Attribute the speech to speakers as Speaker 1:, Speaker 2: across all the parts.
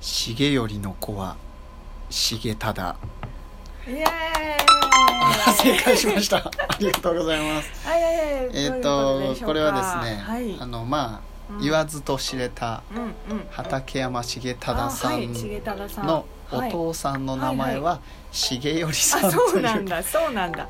Speaker 1: 重頼の子は重忠
Speaker 2: イエーイ
Speaker 1: あ正解し ましたありがとうございます
Speaker 2: はいはいはい
Speaker 1: えっ、
Speaker 2: どう
Speaker 1: と
Speaker 2: いうでしょうか
Speaker 1: これはですね、
Speaker 2: はい
Speaker 1: あのまあ、
Speaker 2: うん
Speaker 1: 言わずと知れた
Speaker 2: うんうん
Speaker 1: 畠山重忠さ
Speaker 2: あは
Speaker 1: ん
Speaker 2: い重忠さん
Speaker 1: のお
Speaker 2: はい
Speaker 1: 父さんの名前は重頼さ
Speaker 2: あ
Speaker 1: んと
Speaker 2: そう
Speaker 1: い
Speaker 2: なん
Speaker 1: う
Speaker 2: だそうなんだ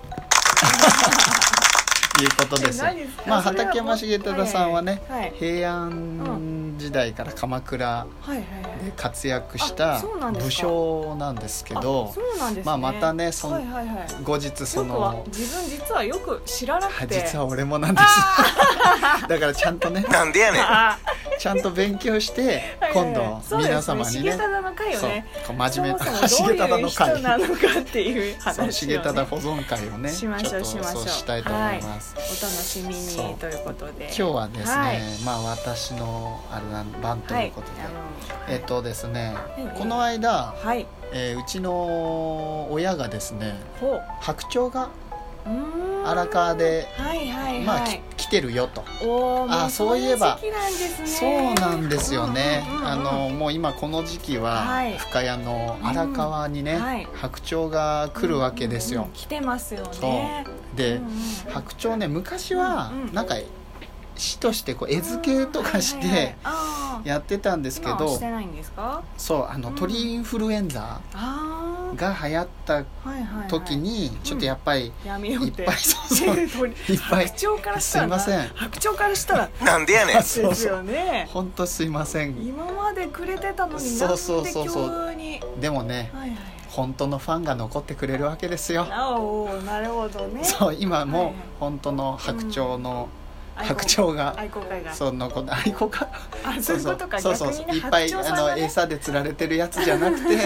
Speaker 1: いうことです
Speaker 2: え何ですか
Speaker 1: まあ
Speaker 2: それは
Speaker 1: 畠山重忠さんはね
Speaker 2: はいはい
Speaker 1: 平安時代から鎌倉
Speaker 2: はいはいはい
Speaker 1: で活躍した
Speaker 2: あそうなんですか
Speaker 1: 武将なんですけど
Speaker 2: あそうなんですね
Speaker 1: まあまたねそん
Speaker 2: はいはいはい
Speaker 1: 後日そ
Speaker 2: よくは
Speaker 1: の
Speaker 2: 自分実はよく知らなく
Speaker 1: あ
Speaker 2: て
Speaker 1: 実は俺もなんですだからちゃんと ね
Speaker 3: なんでやねん
Speaker 2: あ
Speaker 1: ちゃんと勉強して
Speaker 2: はいは い
Speaker 1: 今
Speaker 2: はい
Speaker 1: 度
Speaker 2: そうですね
Speaker 1: 皆様に
Speaker 2: 重
Speaker 1: ね
Speaker 2: 忠の会を
Speaker 1: そう
Speaker 2: ね
Speaker 1: こう真面目
Speaker 2: そ
Speaker 1: な
Speaker 2: もそも
Speaker 1: 重
Speaker 2: どう
Speaker 1: 忠
Speaker 2: いう
Speaker 1: の
Speaker 2: 人な
Speaker 1: 会
Speaker 2: のかっていう
Speaker 1: そう
Speaker 2: 話を、ね、
Speaker 1: 重 忠保存会をね
Speaker 2: しましょう
Speaker 1: ちょっと
Speaker 2: しましょう
Speaker 1: そうしたいと思います
Speaker 2: お楽しみ
Speaker 1: そう
Speaker 2: にということで
Speaker 1: 今日はですね、
Speaker 2: はい
Speaker 1: まあ私のあれなん番ということで、
Speaker 2: はい
Speaker 1: えっとですね、
Speaker 2: はい
Speaker 1: この間、
Speaker 2: はい
Speaker 1: えーうちの親がですね
Speaker 2: ほう
Speaker 1: 白鳥が
Speaker 2: うーん
Speaker 1: 荒川で、
Speaker 2: はいはいはい、
Speaker 1: まあき来てるよと、
Speaker 2: おーも
Speaker 1: あ
Speaker 2: う
Speaker 1: そういえば
Speaker 2: そういう時期なんですね
Speaker 1: そうなんですよね、
Speaker 2: うんうんうんうん
Speaker 1: あのもう今この時期は、
Speaker 2: はい
Speaker 1: 深谷の荒川にね、
Speaker 2: うんはい
Speaker 1: 白鳥が来るわけですよ
Speaker 2: うんうん、来てますよね
Speaker 1: で、
Speaker 2: うんうん
Speaker 1: 白鳥ね昔は
Speaker 2: うんうん
Speaker 1: なんか市としてこう餌付けとかし
Speaker 2: はいはいは
Speaker 1: て
Speaker 2: いあー
Speaker 1: やってたんですけ
Speaker 2: 今は
Speaker 1: ど
Speaker 2: してないんですか
Speaker 1: そうあの
Speaker 2: うん
Speaker 1: 鳥インフルエンザ
Speaker 2: あ
Speaker 1: が流行った
Speaker 2: あはいはい、はい、
Speaker 1: 時にちょっとやっぱり
Speaker 2: 闇を
Speaker 1: い
Speaker 2: っ
Speaker 1: って ぱいそうそういっ
Speaker 2: 鳥
Speaker 1: ぱい
Speaker 2: 白鳥からしたらな
Speaker 1: すいません
Speaker 2: 白鳥からしたら
Speaker 3: なんでやねん
Speaker 1: あ
Speaker 2: です
Speaker 1: そう そ
Speaker 2: よ
Speaker 1: う
Speaker 2: ね
Speaker 1: 本当すいません
Speaker 2: 今までくれてたのになん
Speaker 1: そう
Speaker 2: で
Speaker 1: そうそうそう
Speaker 2: 急に
Speaker 1: でもね
Speaker 2: はいはい
Speaker 1: 本当のファンが残ってくれるわけですよ
Speaker 2: あおーなるほどね
Speaker 1: そう今
Speaker 2: はいは
Speaker 1: も
Speaker 2: い
Speaker 1: 本当の白鳥の
Speaker 2: 愛好
Speaker 1: 白鳥が
Speaker 2: 愛好会が
Speaker 1: そのこの愛好家
Speaker 2: あ そういうことか
Speaker 1: そうそうそういっぱいあの餌で釣られてるやつじゃなく て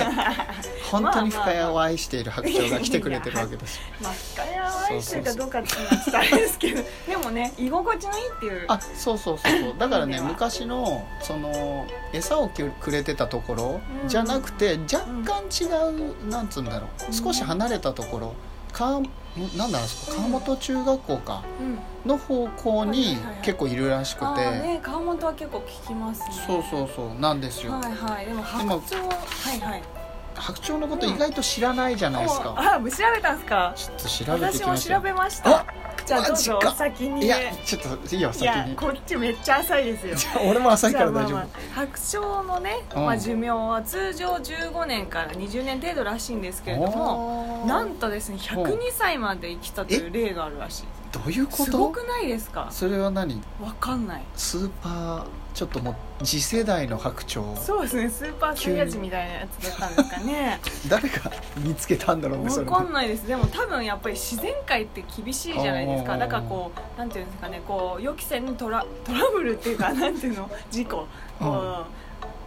Speaker 1: 本当に深谷を愛している白鳥が来てくれてるわけです
Speaker 2: まあ深谷を愛してるかどうかっていうのは伝えですけどでもね居心地のいいっていう
Speaker 1: あそうそうそうそうだからね
Speaker 2: では
Speaker 1: 昔のその餌をくれてたところ
Speaker 2: うん
Speaker 1: じゃなくて若干違うなんつうんだろ
Speaker 2: う
Speaker 1: うん少し離れたところ川んなんだあそこ川本中学校か
Speaker 2: うん
Speaker 1: の方向
Speaker 2: はい
Speaker 1: に
Speaker 2: はいはい
Speaker 1: 結構いるらしく
Speaker 2: あー
Speaker 1: て
Speaker 2: ね川本は結構聞きますね
Speaker 1: そうそうそうなんですよ
Speaker 2: はいはいでも白鳥ははいはい
Speaker 1: 白鳥のこと意外と知らないじゃないです
Speaker 2: お
Speaker 1: か
Speaker 2: あ調べたんすか
Speaker 1: ちょっと調べて
Speaker 2: 私
Speaker 1: き
Speaker 2: も
Speaker 1: まし
Speaker 2: 調
Speaker 1: ょ
Speaker 2: べまし
Speaker 1: あ
Speaker 2: たじゃあどうぞ
Speaker 1: マジか
Speaker 2: 先
Speaker 1: う
Speaker 2: に
Speaker 1: いや
Speaker 2: ね
Speaker 1: ちょっといいよ
Speaker 2: い
Speaker 1: 先
Speaker 2: や
Speaker 1: に
Speaker 2: こっちめっちゃ浅いですよ
Speaker 1: じゃあ俺も浅いから大
Speaker 2: じ
Speaker 1: 丈
Speaker 2: ゃ
Speaker 1: 夫
Speaker 2: あまあまあ白鳥のね、
Speaker 1: うん
Speaker 2: まあ、寿命は通常15年から20年程度らしいんですけれども
Speaker 1: おー
Speaker 2: なんとですね102歳まで生きたという例があるらしい
Speaker 1: どういうこ
Speaker 2: すご
Speaker 1: と
Speaker 2: くないですか
Speaker 1: それは何
Speaker 2: わかんない
Speaker 1: スーパーちょっともう次世代の白鳥
Speaker 2: そうですねスーパーサイヤ人みたいなやつだったんですかね
Speaker 1: 誰が見つけたんだろうねそ
Speaker 2: わ
Speaker 1: れ
Speaker 2: かんないですでも多分やっぱり自然界って厳しいじゃないです
Speaker 1: あ
Speaker 2: か
Speaker 1: ー
Speaker 2: だからこうなんていうんですかねこう予期せぬトラトラブルっていうか なんていうの事故こう
Speaker 1: うん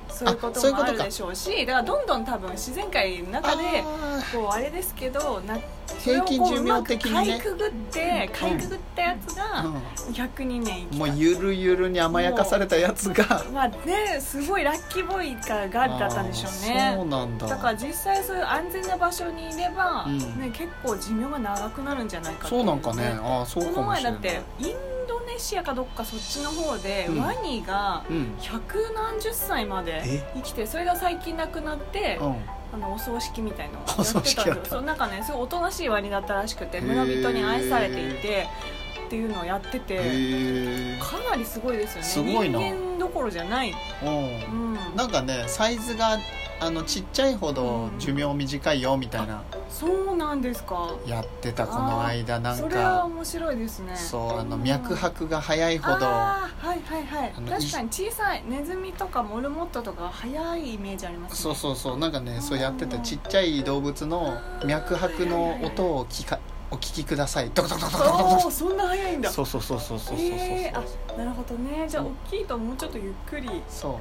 Speaker 2: そういうこ
Speaker 1: あそうい
Speaker 2: と
Speaker 1: うこと
Speaker 2: もあ
Speaker 1: か
Speaker 2: るでしょうしだからどんどん多分自然界の中で
Speaker 1: あー
Speaker 2: こうあれですけどなそれ
Speaker 1: 平
Speaker 2: をこ
Speaker 1: 均
Speaker 2: う
Speaker 1: 寿命的にね
Speaker 2: うまくかいくぐってかいくぐったやつが102年
Speaker 1: うん
Speaker 2: 生
Speaker 1: もう
Speaker 2: き
Speaker 1: ゆるゆるに甘やかされたやつが
Speaker 2: たまあねすごいラッキーボーイかガールだったんでしょう
Speaker 1: あーそう
Speaker 2: ね
Speaker 1: なんだ
Speaker 2: だから実際そういう安全な場所にいれば、
Speaker 1: うん
Speaker 2: ね、結構寿命が長くなるんじゃないかってい
Speaker 1: そうなんかねああそ
Speaker 2: こ
Speaker 1: うか
Speaker 2: の
Speaker 1: も
Speaker 2: 前
Speaker 1: し
Speaker 2: だ
Speaker 1: れな
Speaker 2: っ
Speaker 1: い
Speaker 2: てインドネシアかどっかそっちの方で、
Speaker 1: うん
Speaker 2: ワニが
Speaker 1: うん
Speaker 2: 百何十歳まで
Speaker 1: え
Speaker 2: 生きてそれが最近亡くなって、
Speaker 1: うん
Speaker 2: あのお葬式みたいのを や
Speaker 1: お
Speaker 2: っ
Speaker 1: 葬
Speaker 2: てた
Speaker 1: 式
Speaker 2: んで
Speaker 1: やっ
Speaker 2: すよ
Speaker 1: た
Speaker 2: そうなんかねすごいおとなしいワニだったらしく
Speaker 1: へ
Speaker 2: て
Speaker 1: ー
Speaker 2: 村人に愛されていてっていうのをやってて
Speaker 1: へえ
Speaker 2: かなりすごいですよね
Speaker 1: すごいな
Speaker 2: 人間どころじゃない、
Speaker 1: うん
Speaker 2: うん、
Speaker 1: なんかねサイズがあのちっちゃいほど寿命短いよみたいな
Speaker 2: そうなんですか
Speaker 1: やってたこの間なんか
Speaker 2: それは面白いですね
Speaker 1: そうあの
Speaker 2: ん
Speaker 1: 脈拍が早いほど
Speaker 2: あーはいはいはい
Speaker 1: あの
Speaker 2: 確かに小さいネズミとかモルモットとか早いイメージありますね
Speaker 1: そう
Speaker 2: う
Speaker 1: そうそうなんか
Speaker 2: あー
Speaker 1: ねそうやっててちっちゃい動物の脈拍の音を聞かお聞きくださいドクドクドクドクドクド
Speaker 2: おーそんな早いん
Speaker 1: ク
Speaker 2: だ
Speaker 1: そうそうそうそうそうそうそう
Speaker 2: えー、あなるほどねじゃあ大きいともうちょっとゆっくり
Speaker 1: そ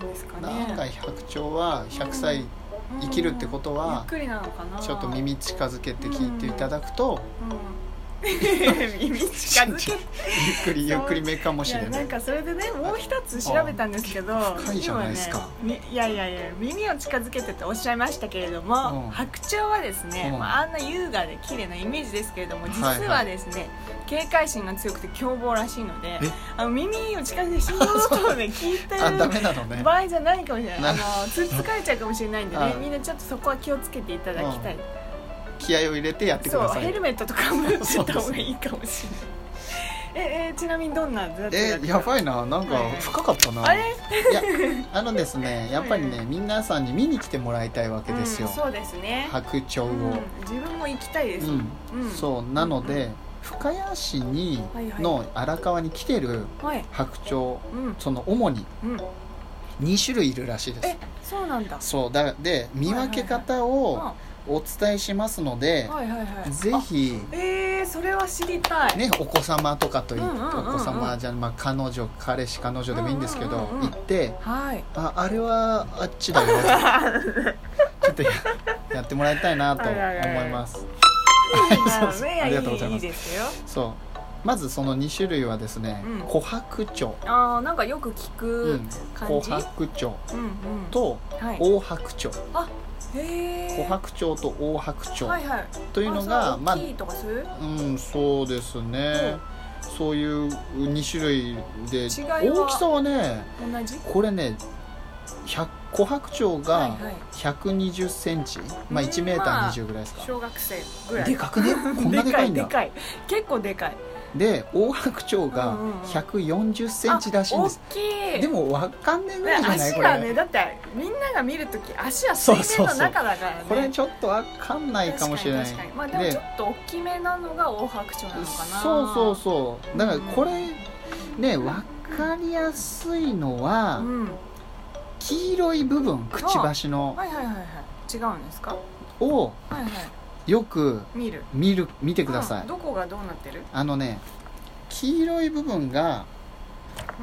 Speaker 2: なんですか
Speaker 1: う
Speaker 2: ね
Speaker 1: なんか白鳥は100歳生きるってこと
Speaker 2: ゆっ
Speaker 1: は
Speaker 2: くりなのかな
Speaker 1: ちょっと、耳近づけて聞いていただくと
Speaker 2: うん 耳近づけ
Speaker 1: ゆっくりゆっくりめかもしれ
Speaker 2: や
Speaker 1: な
Speaker 2: ないんかそれでねもう一つ調べたんですけど
Speaker 1: 深いじゃないですか
Speaker 2: 今ねみいやいやいや耳を近づけてっておっしゃいましたけれども、
Speaker 1: うん
Speaker 2: 白鳥はですね、
Speaker 1: うん
Speaker 2: まあ、あんな優雅で綺麗なイメージですけれども実
Speaker 1: はいは
Speaker 2: はいですね、警戒心が強くて凶暴らしいので
Speaker 1: え
Speaker 2: あの耳を近づけてその音をね聞いて
Speaker 1: あダ
Speaker 2: る
Speaker 1: メなのね
Speaker 2: 場合じゃないかもしれない
Speaker 1: な
Speaker 2: あのつっつかれちゃうかもしれないんで
Speaker 1: は
Speaker 2: ね
Speaker 1: い
Speaker 2: みんなちょっとそこは気をつけていただきたい、
Speaker 1: 気合を入れてやってく
Speaker 2: そ
Speaker 1: だ
Speaker 2: う
Speaker 1: さ
Speaker 2: ヘ
Speaker 1: い
Speaker 2: ルメットとかもしてた方がいいかもしれないええちなみにどんなだ
Speaker 1: えやばいななんか
Speaker 2: はい
Speaker 1: 深かったな、
Speaker 2: あれ
Speaker 1: いやあのですねやっぱりね皆さんに見に来てもらいたいわけですよ、
Speaker 2: うん、そうですね、
Speaker 1: 白鳥を、
Speaker 2: う
Speaker 1: うんん、
Speaker 2: 自分も行きたいです、うん
Speaker 1: そうなので、深谷市に
Speaker 2: はいはい
Speaker 1: の荒川に来てる
Speaker 2: はい
Speaker 1: 白鳥
Speaker 2: うん
Speaker 1: その主に
Speaker 2: うん
Speaker 1: 2種類いるらしいです
Speaker 2: えそうなんだ
Speaker 1: そうだで見分け方を
Speaker 2: は
Speaker 1: お伝えしますの
Speaker 2: い
Speaker 1: で、
Speaker 2: はいはい
Speaker 1: ぜひ
Speaker 2: あえー、それは知りたい
Speaker 1: ね、お子様とかとい
Speaker 2: うんうんうんうん
Speaker 1: お子様じゃ、まあ、彼女彼氏彼女でもいいんですけど、
Speaker 2: うんうんうんうん
Speaker 1: 行って
Speaker 2: はい
Speaker 1: ああれはあっちだよ ちょっとややってもらいたいなと思います そうそう
Speaker 2: ね
Speaker 1: ありがとうございます
Speaker 2: いですよ
Speaker 1: そうまずその2種類はですね
Speaker 2: うん
Speaker 1: 琥珀鳥
Speaker 2: あーなんかよく聞
Speaker 1: う
Speaker 2: く
Speaker 1: ん
Speaker 2: 感
Speaker 1: 琥
Speaker 2: じ、
Speaker 1: 珀鳥
Speaker 2: うんうん
Speaker 1: と
Speaker 2: はい
Speaker 1: 黄白鳥
Speaker 2: へ
Speaker 1: 琥
Speaker 2: ー
Speaker 1: 珀鳥と黄白
Speaker 2: は
Speaker 1: 鳥
Speaker 2: いはい
Speaker 1: というのが
Speaker 2: あ
Speaker 1: ま
Speaker 2: そう大きいとかする
Speaker 1: あうんそうですねそういう2種類で
Speaker 2: 違いは
Speaker 1: 大きさはね
Speaker 2: 同じ
Speaker 1: これね100琥珀鳥
Speaker 2: はい
Speaker 1: が
Speaker 2: はい
Speaker 1: 120センチ、まあ
Speaker 2: うん
Speaker 1: 1メーター20ぐらいですか、
Speaker 2: 小学生ぐらい
Speaker 1: でかく ねこんなでかいんだ
Speaker 2: でかい結構でかい
Speaker 1: で大白鳥が
Speaker 2: うんうんうん
Speaker 1: 140センチらしいんです、
Speaker 2: あ大きい
Speaker 1: でもわかんねえぐらいじゃない
Speaker 2: 足
Speaker 1: こ
Speaker 2: が
Speaker 1: れ、
Speaker 2: ねだってみんなが見るとき足は水面の中だからね
Speaker 1: これちょっとわかんないかもしれない
Speaker 2: 確かに確かにまあでもちょっと大きめなのが大白鳥なのかな
Speaker 1: そうそうそうだからこれねわかりやすいのは、
Speaker 2: うん
Speaker 1: 黄色い部分くちばしの
Speaker 2: はいはいはいはい違うんですかは
Speaker 1: を
Speaker 2: いはい
Speaker 1: よく
Speaker 2: 見る
Speaker 1: 見る見てください、
Speaker 2: うんどこがどうなってる
Speaker 1: あのね黄色い部分が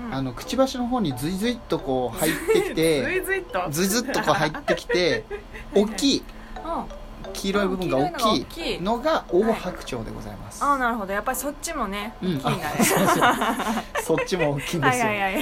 Speaker 2: うん
Speaker 1: あのくちばしの方にずいずいっとこう入ってき
Speaker 2: ず
Speaker 1: て
Speaker 2: いずいっと
Speaker 1: ずいずいっとこう入ってきて
Speaker 2: はい
Speaker 1: 大きい
Speaker 2: うん
Speaker 1: 黄色い部分が大
Speaker 2: 黄色
Speaker 1: き
Speaker 2: い
Speaker 1: い
Speaker 2: の
Speaker 1: のが黄白鳥でございます、
Speaker 2: ああなるほどやっぱりそっちもね
Speaker 1: うん
Speaker 2: 大きいんだね
Speaker 1: あそうそうそっちも大きいんで
Speaker 2: はい
Speaker 1: す
Speaker 2: はい
Speaker 1: よ
Speaker 2: はいい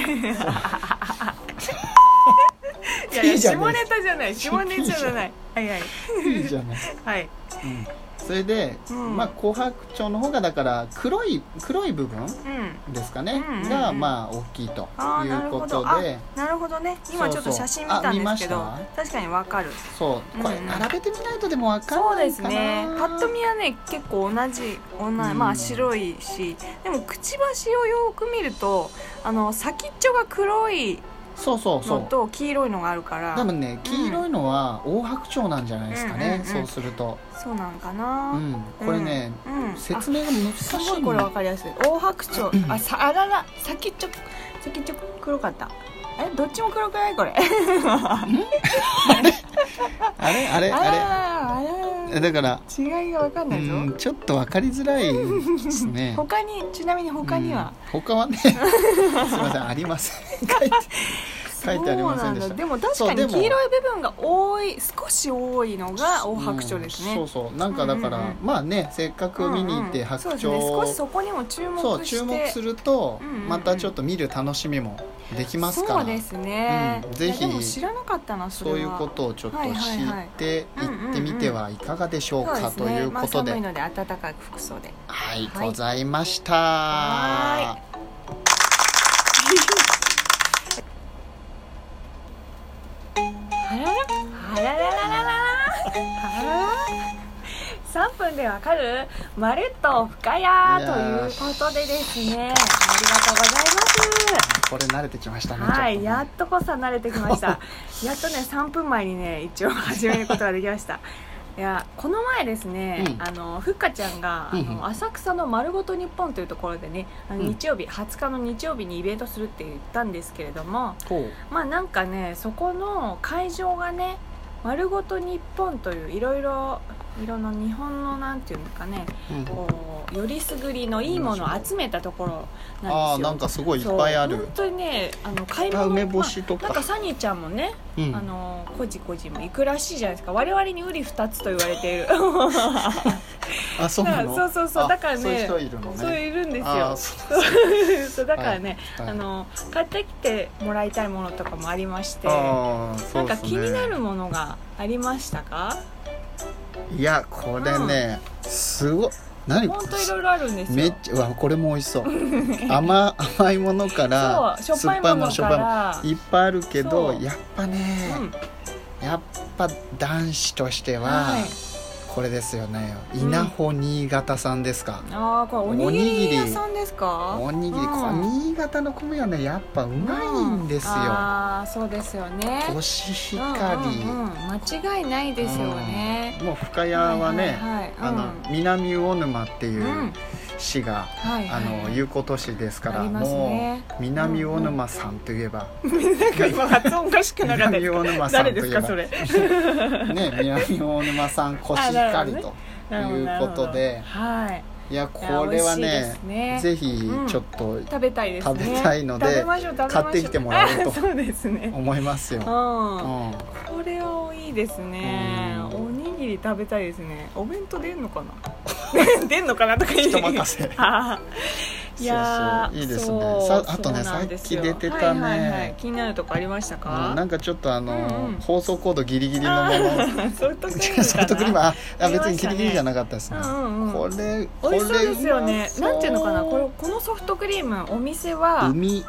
Speaker 2: やい
Speaker 1: い
Speaker 2: や
Speaker 1: いじゃな
Speaker 2: 下
Speaker 1: い
Speaker 2: ネタじゃない下ネタじゃないはいはい
Speaker 1: いいじゃない、
Speaker 2: はい
Speaker 1: うん、それで、
Speaker 2: うん
Speaker 1: まあ紅白鳥の方がだから黒い黒い部分
Speaker 2: うん
Speaker 1: ですかね、
Speaker 2: うんうんうん
Speaker 1: がまあ大きいと
Speaker 2: あー
Speaker 1: い
Speaker 2: な
Speaker 1: う
Speaker 2: る
Speaker 1: こ
Speaker 2: ほ
Speaker 1: と
Speaker 2: どあ
Speaker 1: で
Speaker 2: なるほどね今ちょっと写真見たんですけど
Speaker 1: そうそうあ見ま
Speaker 2: 確かにわかる
Speaker 1: そうこれ
Speaker 2: うんうん
Speaker 1: 並べてみないとでもわかん
Speaker 2: そう
Speaker 1: な
Speaker 2: で
Speaker 1: い
Speaker 2: す
Speaker 1: かな
Speaker 2: ねパッと見はね結構同じ同じ、
Speaker 1: うん
Speaker 2: まあ白いしでもくちばしをよく見るとあの先っちょが黒い
Speaker 1: そうそうそ
Speaker 2: の
Speaker 1: う
Speaker 2: と黄色いのがあるから
Speaker 1: 多分ね黄色いのは黄白鳥なんじゃないですか
Speaker 2: うんうん
Speaker 1: ね、
Speaker 2: うん
Speaker 1: そうすると、
Speaker 2: そうなんか
Speaker 1: う
Speaker 2: な、
Speaker 1: ん、これね、
Speaker 2: うんあ
Speaker 1: 説明が難
Speaker 2: す
Speaker 1: し
Speaker 2: ご
Speaker 1: い
Speaker 2: い
Speaker 1: ん
Speaker 2: これわ
Speaker 1: だ
Speaker 2: かりやすい大白鳥あさあらら先っちょ先っちょ黒かったえどっちも黒くないこれ
Speaker 1: あれあれ
Speaker 2: あ
Speaker 1: あ
Speaker 2: らあ
Speaker 1: れだから
Speaker 2: ら違いがわかん
Speaker 1: う
Speaker 2: ないぞ、
Speaker 1: んちょっとわかりづらいです ね
Speaker 2: 他にちなみに他には、
Speaker 1: うん他 はねすいませんありません書いて書いてありませんでし
Speaker 2: そ
Speaker 1: た
Speaker 2: うなんだでも確
Speaker 1: そ
Speaker 2: か
Speaker 1: うで
Speaker 2: に
Speaker 1: も
Speaker 2: 黄色い部分が多い少し多いのが大白鳥ですね、
Speaker 1: うんそうそうなんかだから、
Speaker 2: うんうんうん
Speaker 1: まあねせっかく見に行って白鳥
Speaker 2: うんうんそうですね、少し
Speaker 1: そ
Speaker 2: そこにも注目して
Speaker 1: う注目すると、
Speaker 2: うんうんうん
Speaker 1: またちょっと見る楽しみもできますから
Speaker 2: そうですね、
Speaker 1: うんぜひ
Speaker 2: いやでも知らなかったなそれ
Speaker 1: そうい
Speaker 2: は
Speaker 1: うことをちょっと知って行ってみてはいかがでしょうか
Speaker 2: そ
Speaker 1: と
Speaker 2: うですね
Speaker 1: いうこと
Speaker 2: まあ、寒い
Speaker 1: で、
Speaker 2: ので暖かい服装で
Speaker 1: はい、
Speaker 2: はい
Speaker 1: ございました。
Speaker 2: はあららあららららららあらら3分でわかる「まるっと深谷」
Speaker 1: い
Speaker 2: と
Speaker 1: や
Speaker 2: いう
Speaker 1: ー
Speaker 2: ことでですねありがとうございます
Speaker 1: これ慣れてきましたね。
Speaker 2: はい、
Speaker 1: ちょっ
Speaker 2: やっとこさ慣れてきました。やっとね、3分前にね、一応始めることができました。いや、この前ですね、
Speaker 1: うん
Speaker 2: あの、ふっかちゃんが、あ
Speaker 1: うんうん
Speaker 2: の、浅草の丸ごと日本というところでね。あの
Speaker 1: うん
Speaker 2: 日曜日、20日の日曜日にイベントするって言ったんですけれども、
Speaker 1: とね
Speaker 2: まあ、なんかね、そこの会場がね。丸ごと日本といういろいろいろんな日本のなんていうんですかね
Speaker 1: こううん
Speaker 2: こうよりすぐりのいいものを集めたところなんですよ
Speaker 1: ああなんかすごいいっぱいあ
Speaker 2: そう
Speaker 1: る
Speaker 2: 本当にねあの買い
Speaker 1: あ
Speaker 2: 物
Speaker 1: 梅干しとか
Speaker 2: まあなんかサニーちゃんもね、
Speaker 1: うん
Speaker 2: あのこじこじも行くらしいじゃないですか我々にうり二つと言われている
Speaker 1: あそうなの
Speaker 2: そうそうそう
Speaker 1: あ
Speaker 2: だからね
Speaker 1: そういう人いるのね
Speaker 2: そういるんです
Speaker 1: あ
Speaker 2: よ
Speaker 1: ーそ
Speaker 2: そうだからね、
Speaker 1: はいはい
Speaker 2: あの買ってきてもらいたいものとかもありまして
Speaker 1: あーそ
Speaker 2: な
Speaker 1: うんで
Speaker 2: か
Speaker 1: すね
Speaker 2: 気になるものがありましたか
Speaker 1: いやこれね、すごい何
Speaker 2: 本当いろいろあるんですよ
Speaker 1: めっちゃうわこれも美味しそう甘甘いものから
Speaker 2: そうしょっぱいもの
Speaker 1: 酸っぱいもの
Speaker 2: から
Speaker 1: いっぱいあるけど
Speaker 2: そう
Speaker 1: やっぱね、
Speaker 2: うん
Speaker 1: やっぱ男子としては
Speaker 2: はい、
Speaker 1: これですよね
Speaker 2: うん
Speaker 1: 稲穂新潟さんですか、
Speaker 2: ああこれおにぎり屋さんですか
Speaker 1: おにぎり、
Speaker 2: うん
Speaker 1: こ新潟の米はねやっぱうまいんですよ、
Speaker 2: うああそうですよね
Speaker 1: コシヒカリ、
Speaker 2: うんうんうん間違いないですよね、
Speaker 1: もう深谷はね、
Speaker 2: はいはいはい
Speaker 1: あ
Speaker 2: うん
Speaker 1: の南魚沼っていううん市が、
Speaker 2: はいは
Speaker 1: あ
Speaker 2: い
Speaker 1: の友好都市ですから、
Speaker 2: あります
Speaker 1: も
Speaker 2: ね
Speaker 1: う南魚沼さんといえ ば、
Speaker 2: なんか今発音おかしくなかった
Speaker 1: 南魚沼さん
Speaker 2: 誰
Speaker 1: と
Speaker 2: で
Speaker 1: い
Speaker 2: す
Speaker 1: えば
Speaker 2: かそれ
Speaker 1: ね南魚沼さんコシヒカリと
Speaker 2: なるほど
Speaker 1: いうことで
Speaker 2: はい
Speaker 1: いやこれはい
Speaker 2: や美味しいで
Speaker 1: ね
Speaker 2: すね
Speaker 1: ぜひちょっと
Speaker 2: 食べたいですね
Speaker 1: 食べたいので
Speaker 2: 食べましょう食べましょう
Speaker 1: 買ってきてもらおうと
Speaker 2: あ そうですね
Speaker 1: 思いますよ、
Speaker 2: う
Speaker 1: う
Speaker 2: ん、
Speaker 1: ん
Speaker 2: これはいいですね
Speaker 1: う
Speaker 2: おにぎり食べたいですねお弁当出んの かな出んのかなとか言
Speaker 1: 人任せ
Speaker 2: あーいや
Speaker 1: そうそう
Speaker 2: ー
Speaker 1: いいですね
Speaker 2: そう
Speaker 1: さあとね
Speaker 2: そうなんです
Speaker 1: さ
Speaker 2: よ
Speaker 1: っき出てたね
Speaker 2: はいはいはい、気になるとこありましたか、
Speaker 1: うんなんかちょっとあの、
Speaker 2: うんうん
Speaker 1: 放送コードギリギリのもの
Speaker 2: あーソフトクリ ームかな
Speaker 1: ソフトクリームああ
Speaker 2: あり
Speaker 1: 別
Speaker 2: ましたね
Speaker 1: にギリギリじゃなかったですね、
Speaker 2: うんうんうん
Speaker 1: これこ
Speaker 2: 美
Speaker 1: れ
Speaker 2: 味しそうですよね
Speaker 1: うまそう
Speaker 2: なんていうのかなこれこのソフトクリームお店は
Speaker 1: 海ん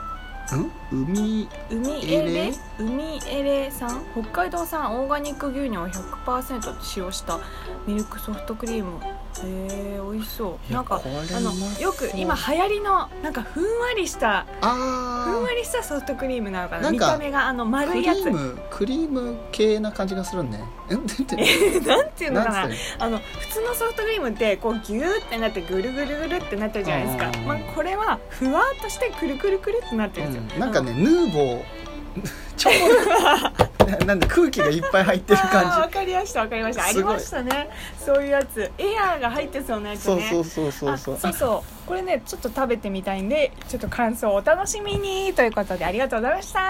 Speaker 1: 海
Speaker 2: 海
Speaker 1: エ
Speaker 2: エ
Speaker 1: レ
Speaker 2: レ海エレさん北海道産オーガニック牛乳を100%使用したミルクソフトクリームへえ美味しそう
Speaker 1: いや
Speaker 2: なんか
Speaker 1: これうまそう
Speaker 2: あのよく今流行りのなんかふんわりしたふん
Speaker 1: あ
Speaker 2: わりしたソフトクリームなのかな
Speaker 1: なん
Speaker 2: 見
Speaker 1: か
Speaker 2: た目があの
Speaker 1: あ
Speaker 2: 丸
Speaker 1: ク
Speaker 2: い
Speaker 1: リ
Speaker 2: やつ
Speaker 1: ームクリーム系な感じがするねえなんて
Speaker 2: なんていうのか
Speaker 1: な
Speaker 2: なん
Speaker 1: て
Speaker 2: あの普通のソフトクリームってこうギューってなってぐるぐるぐるってなってるじゃないですか
Speaker 1: う、ん
Speaker 2: まあ、これはふわっとしてくるくるくるってなってるんですよ、
Speaker 1: うんなんかねヌーボー ちょうどななんで空気がいっぱい入ってる
Speaker 2: あーわ
Speaker 1: 感
Speaker 2: かりましたわかりましたあ
Speaker 1: すごい
Speaker 2: りましたねそういうやつエアーが入ってそうなや
Speaker 1: じ
Speaker 2: つ
Speaker 1: そ
Speaker 2: ね
Speaker 1: うそうそうそうそう
Speaker 2: あそうそうこれねちょっと食べてみたいんでちょっと感想をお楽しみにということでありがとうございました